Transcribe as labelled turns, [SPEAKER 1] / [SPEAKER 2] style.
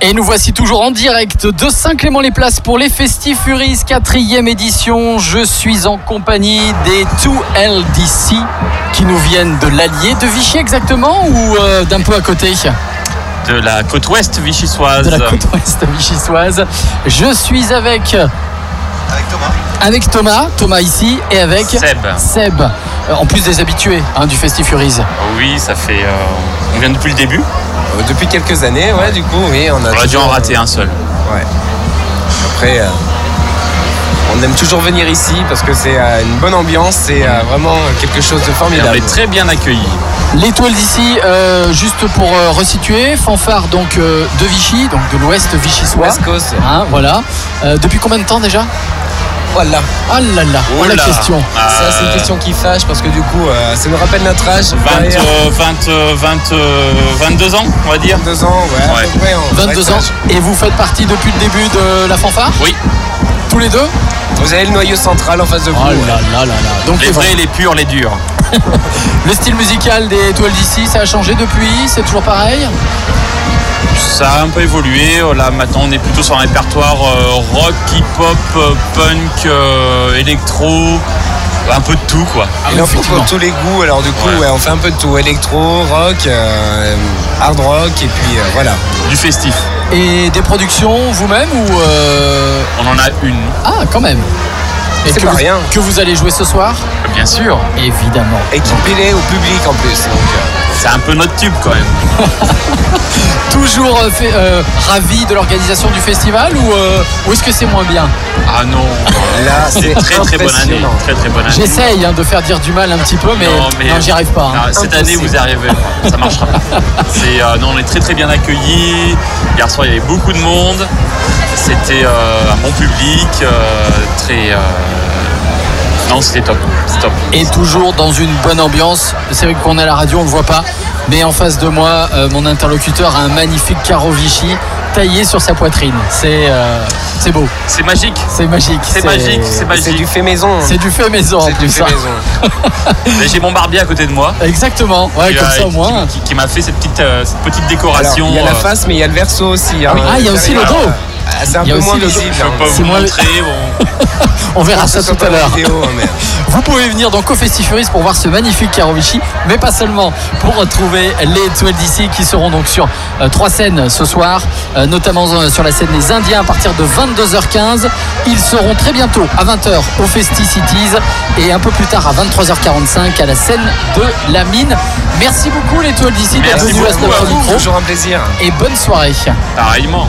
[SPEAKER 1] Et nous voici toujours en direct de Saint-Clément-les-Places pour les Festifs Furies, quatrième édition. Je suis en compagnie des 2LDC qui nous viennent de l'Allier, de Vichy exactement ou euh, d'un peu à côté
[SPEAKER 2] de la côte ouest vichysoise.
[SPEAKER 1] De la côte ouest vichysoise. Je suis avec
[SPEAKER 3] Avec Thomas.
[SPEAKER 1] avec Thomas, Thomas ici, et avec
[SPEAKER 2] Seb.
[SPEAKER 1] Seb. Euh, En plus des habitués hein, du Festif Furies.
[SPEAKER 2] Oui, ça fait. euh, on vient depuis le début.
[SPEAKER 4] Euh, Depuis quelques années, ouais, du coup, oui, on a.
[SPEAKER 2] On a dû
[SPEAKER 4] toujours,
[SPEAKER 2] en rater un seul.
[SPEAKER 4] euh, ouais. Après, euh, on aime toujours venir ici parce que c'est euh, une bonne ambiance, c'est euh, vraiment quelque chose de
[SPEAKER 2] Et on
[SPEAKER 4] formidable.
[SPEAKER 2] est très bien accueillis.
[SPEAKER 1] L'étoile d'ici, euh, juste pour euh, resituer, fanfare donc euh, de Vichy, donc de l'ouest vichysois.
[SPEAKER 4] West Coast.
[SPEAKER 1] Hein, voilà. Euh, depuis combien de temps déjà
[SPEAKER 4] Voilà.
[SPEAKER 1] Ah là là, voilà la
[SPEAKER 2] Oula.
[SPEAKER 1] question.
[SPEAKER 2] Ah,
[SPEAKER 4] Ça, c'est une question qui fâche parce que du coup, euh, ça nous rappelle notre âge.
[SPEAKER 2] 20,
[SPEAKER 4] derrière.
[SPEAKER 2] euh, 20, euh, 20, euh, 22 ans, on va dire.
[SPEAKER 4] 22 ans, ouais, à
[SPEAKER 2] Ouais.
[SPEAKER 4] peu près, on-
[SPEAKER 1] 22 ans.
[SPEAKER 4] ouais, ça-
[SPEAKER 1] Et vous faites partie depuis le début de la fanfare
[SPEAKER 2] Oui,
[SPEAKER 1] Tous les deux
[SPEAKER 4] Vous avez le noyau central en face de vous.
[SPEAKER 1] Oh
[SPEAKER 4] ouais.
[SPEAKER 1] là là là là. Donc
[SPEAKER 2] les
[SPEAKER 1] c'est
[SPEAKER 2] vrais,
[SPEAKER 1] vrai.
[SPEAKER 2] les purs, les durs.
[SPEAKER 1] le style musical des étoiles d'ici, ça a changé depuis C'est toujours pareil
[SPEAKER 2] Ça a un peu évolué. Euh, Là, maintenant, on est plutôt sur un répertoire euh, rock, hip-hop, euh, punk, euh, électro, un peu de tout, quoi.
[SPEAKER 4] Il en faut
[SPEAKER 1] Effectivement.
[SPEAKER 4] pour tous les goûts, alors du coup,
[SPEAKER 2] Ouais.
[SPEAKER 4] ouais, on fait un peu de tout électro, rock, euh, hard rock, et puis euh, voilà.
[SPEAKER 2] Du festif.
[SPEAKER 1] Et des productions vous-même ou euh,
[SPEAKER 2] On en a une,
[SPEAKER 1] Ah quand même Et
[SPEAKER 4] C'est
[SPEAKER 1] que
[SPEAKER 4] pas
[SPEAKER 1] vous-
[SPEAKER 4] rien.
[SPEAKER 1] Que vous allez jouer ce soir
[SPEAKER 2] bien sûr.
[SPEAKER 1] Évidemment.
[SPEAKER 4] Et qui plaît au public en plus. Donc, euh,
[SPEAKER 2] C'est un peu notre tube, quand même.
[SPEAKER 1] Toujours euh, fait- euh, ravi de l'organisation du festival ou, euh, ou est-ce que c'est moins bien
[SPEAKER 2] Ah non.
[SPEAKER 4] Là,
[SPEAKER 2] C'est
[SPEAKER 4] c'est
[SPEAKER 2] très très bonne année.
[SPEAKER 4] impressionnant.
[SPEAKER 2] Très très bonne année.
[SPEAKER 1] J'essaye hein, de faire dire du mal un petit peu, mais non, j'y arrive pas. hein.
[SPEAKER 2] Non, cette année,
[SPEAKER 4] Impossible.
[SPEAKER 2] vous y arrivez. pas. Ça marchera pas. C'est, euh, non, on est très très bien accueillis. Hier soir, il y avait beaucoup de monde. C'était euh, un bon public. euh, très. euh, Non, c'était top. C'était top.
[SPEAKER 1] et toujours dans une bonne ambiance. C'est vrai qu'on est à la radio, on ne le voit pas. Mais en face de moi, euh, mon interlocuteur a un magnifique carreau Vichy taillé sur sa poitrine. C'est euh, c'est beau,
[SPEAKER 2] C'est magique.
[SPEAKER 1] c'est magique.
[SPEAKER 2] C'est magique. C'est
[SPEAKER 4] C'est
[SPEAKER 2] magique.
[SPEAKER 4] du fait maison.
[SPEAKER 1] C'est du fait maison en
[SPEAKER 4] C'est du
[SPEAKER 1] plus.
[SPEAKER 4] fait
[SPEAKER 1] hein.
[SPEAKER 4] maison.
[SPEAKER 2] Mais J'ai mon barbier à côté de moi.
[SPEAKER 1] Exactement, ouais,
[SPEAKER 2] qui,
[SPEAKER 1] comme
[SPEAKER 2] euh,
[SPEAKER 1] ça au
[SPEAKER 2] qui-
[SPEAKER 1] moins.
[SPEAKER 2] Qui, qui m'a fait cette petite, euh, cette petite
[SPEAKER 4] Alors,
[SPEAKER 2] décoration.
[SPEAKER 4] il y a la
[SPEAKER 2] euh,
[SPEAKER 4] face, mais il y a le verso aussi. hein.
[SPEAKER 1] Ah, il y a aussi le dos.
[SPEAKER 4] Ah, C'est un
[SPEAKER 1] Il y a
[SPEAKER 4] peu
[SPEAKER 1] aussi
[SPEAKER 4] moins
[SPEAKER 1] le dos.
[SPEAKER 4] visible.
[SPEAKER 2] Je
[SPEAKER 4] hein.
[SPEAKER 2] ne peux pas
[SPEAKER 1] C'est
[SPEAKER 2] vous
[SPEAKER 1] moi le-
[SPEAKER 2] montrer. bon.
[SPEAKER 1] On verra
[SPEAKER 4] Que ce
[SPEAKER 1] ça
[SPEAKER 4] soit
[SPEAKER 1] tout à
[SPEAKER 4] pas la
[SPEAKER 1] l'heure.
[SPEAKER 4] vidéo, hein, mais-
[SPEAKER 1] Vous pouvez venir dans Cofestifuris pour voir ce magnifique Karovichi, mais pas seulement, pour retrouver les Toiles d'ici qui seront donc sur euh, trois scènes ce soir, euh, notamment euh, sur la scène des Indiens à partir de 22h15. Ils seront très bientôt à 20h au Festi Cities et un peu plus tard à 23h45 à la scène de la mine. Merci beaucoup les Toiles d'ici d'être
[SPEAKER 2] Merci
[SPEAKER 1] venus à ce
[SPEAKER 2] beaucoup à
[SPEAKER 1] notre
[SPEAKER 2] vous.
[SPEAKER 1] micro
[SPEAKER 4] Toujours un plaisir.
[SPEAKER 1] et bonne soirée.
[SPEAKER 2] Pareillement.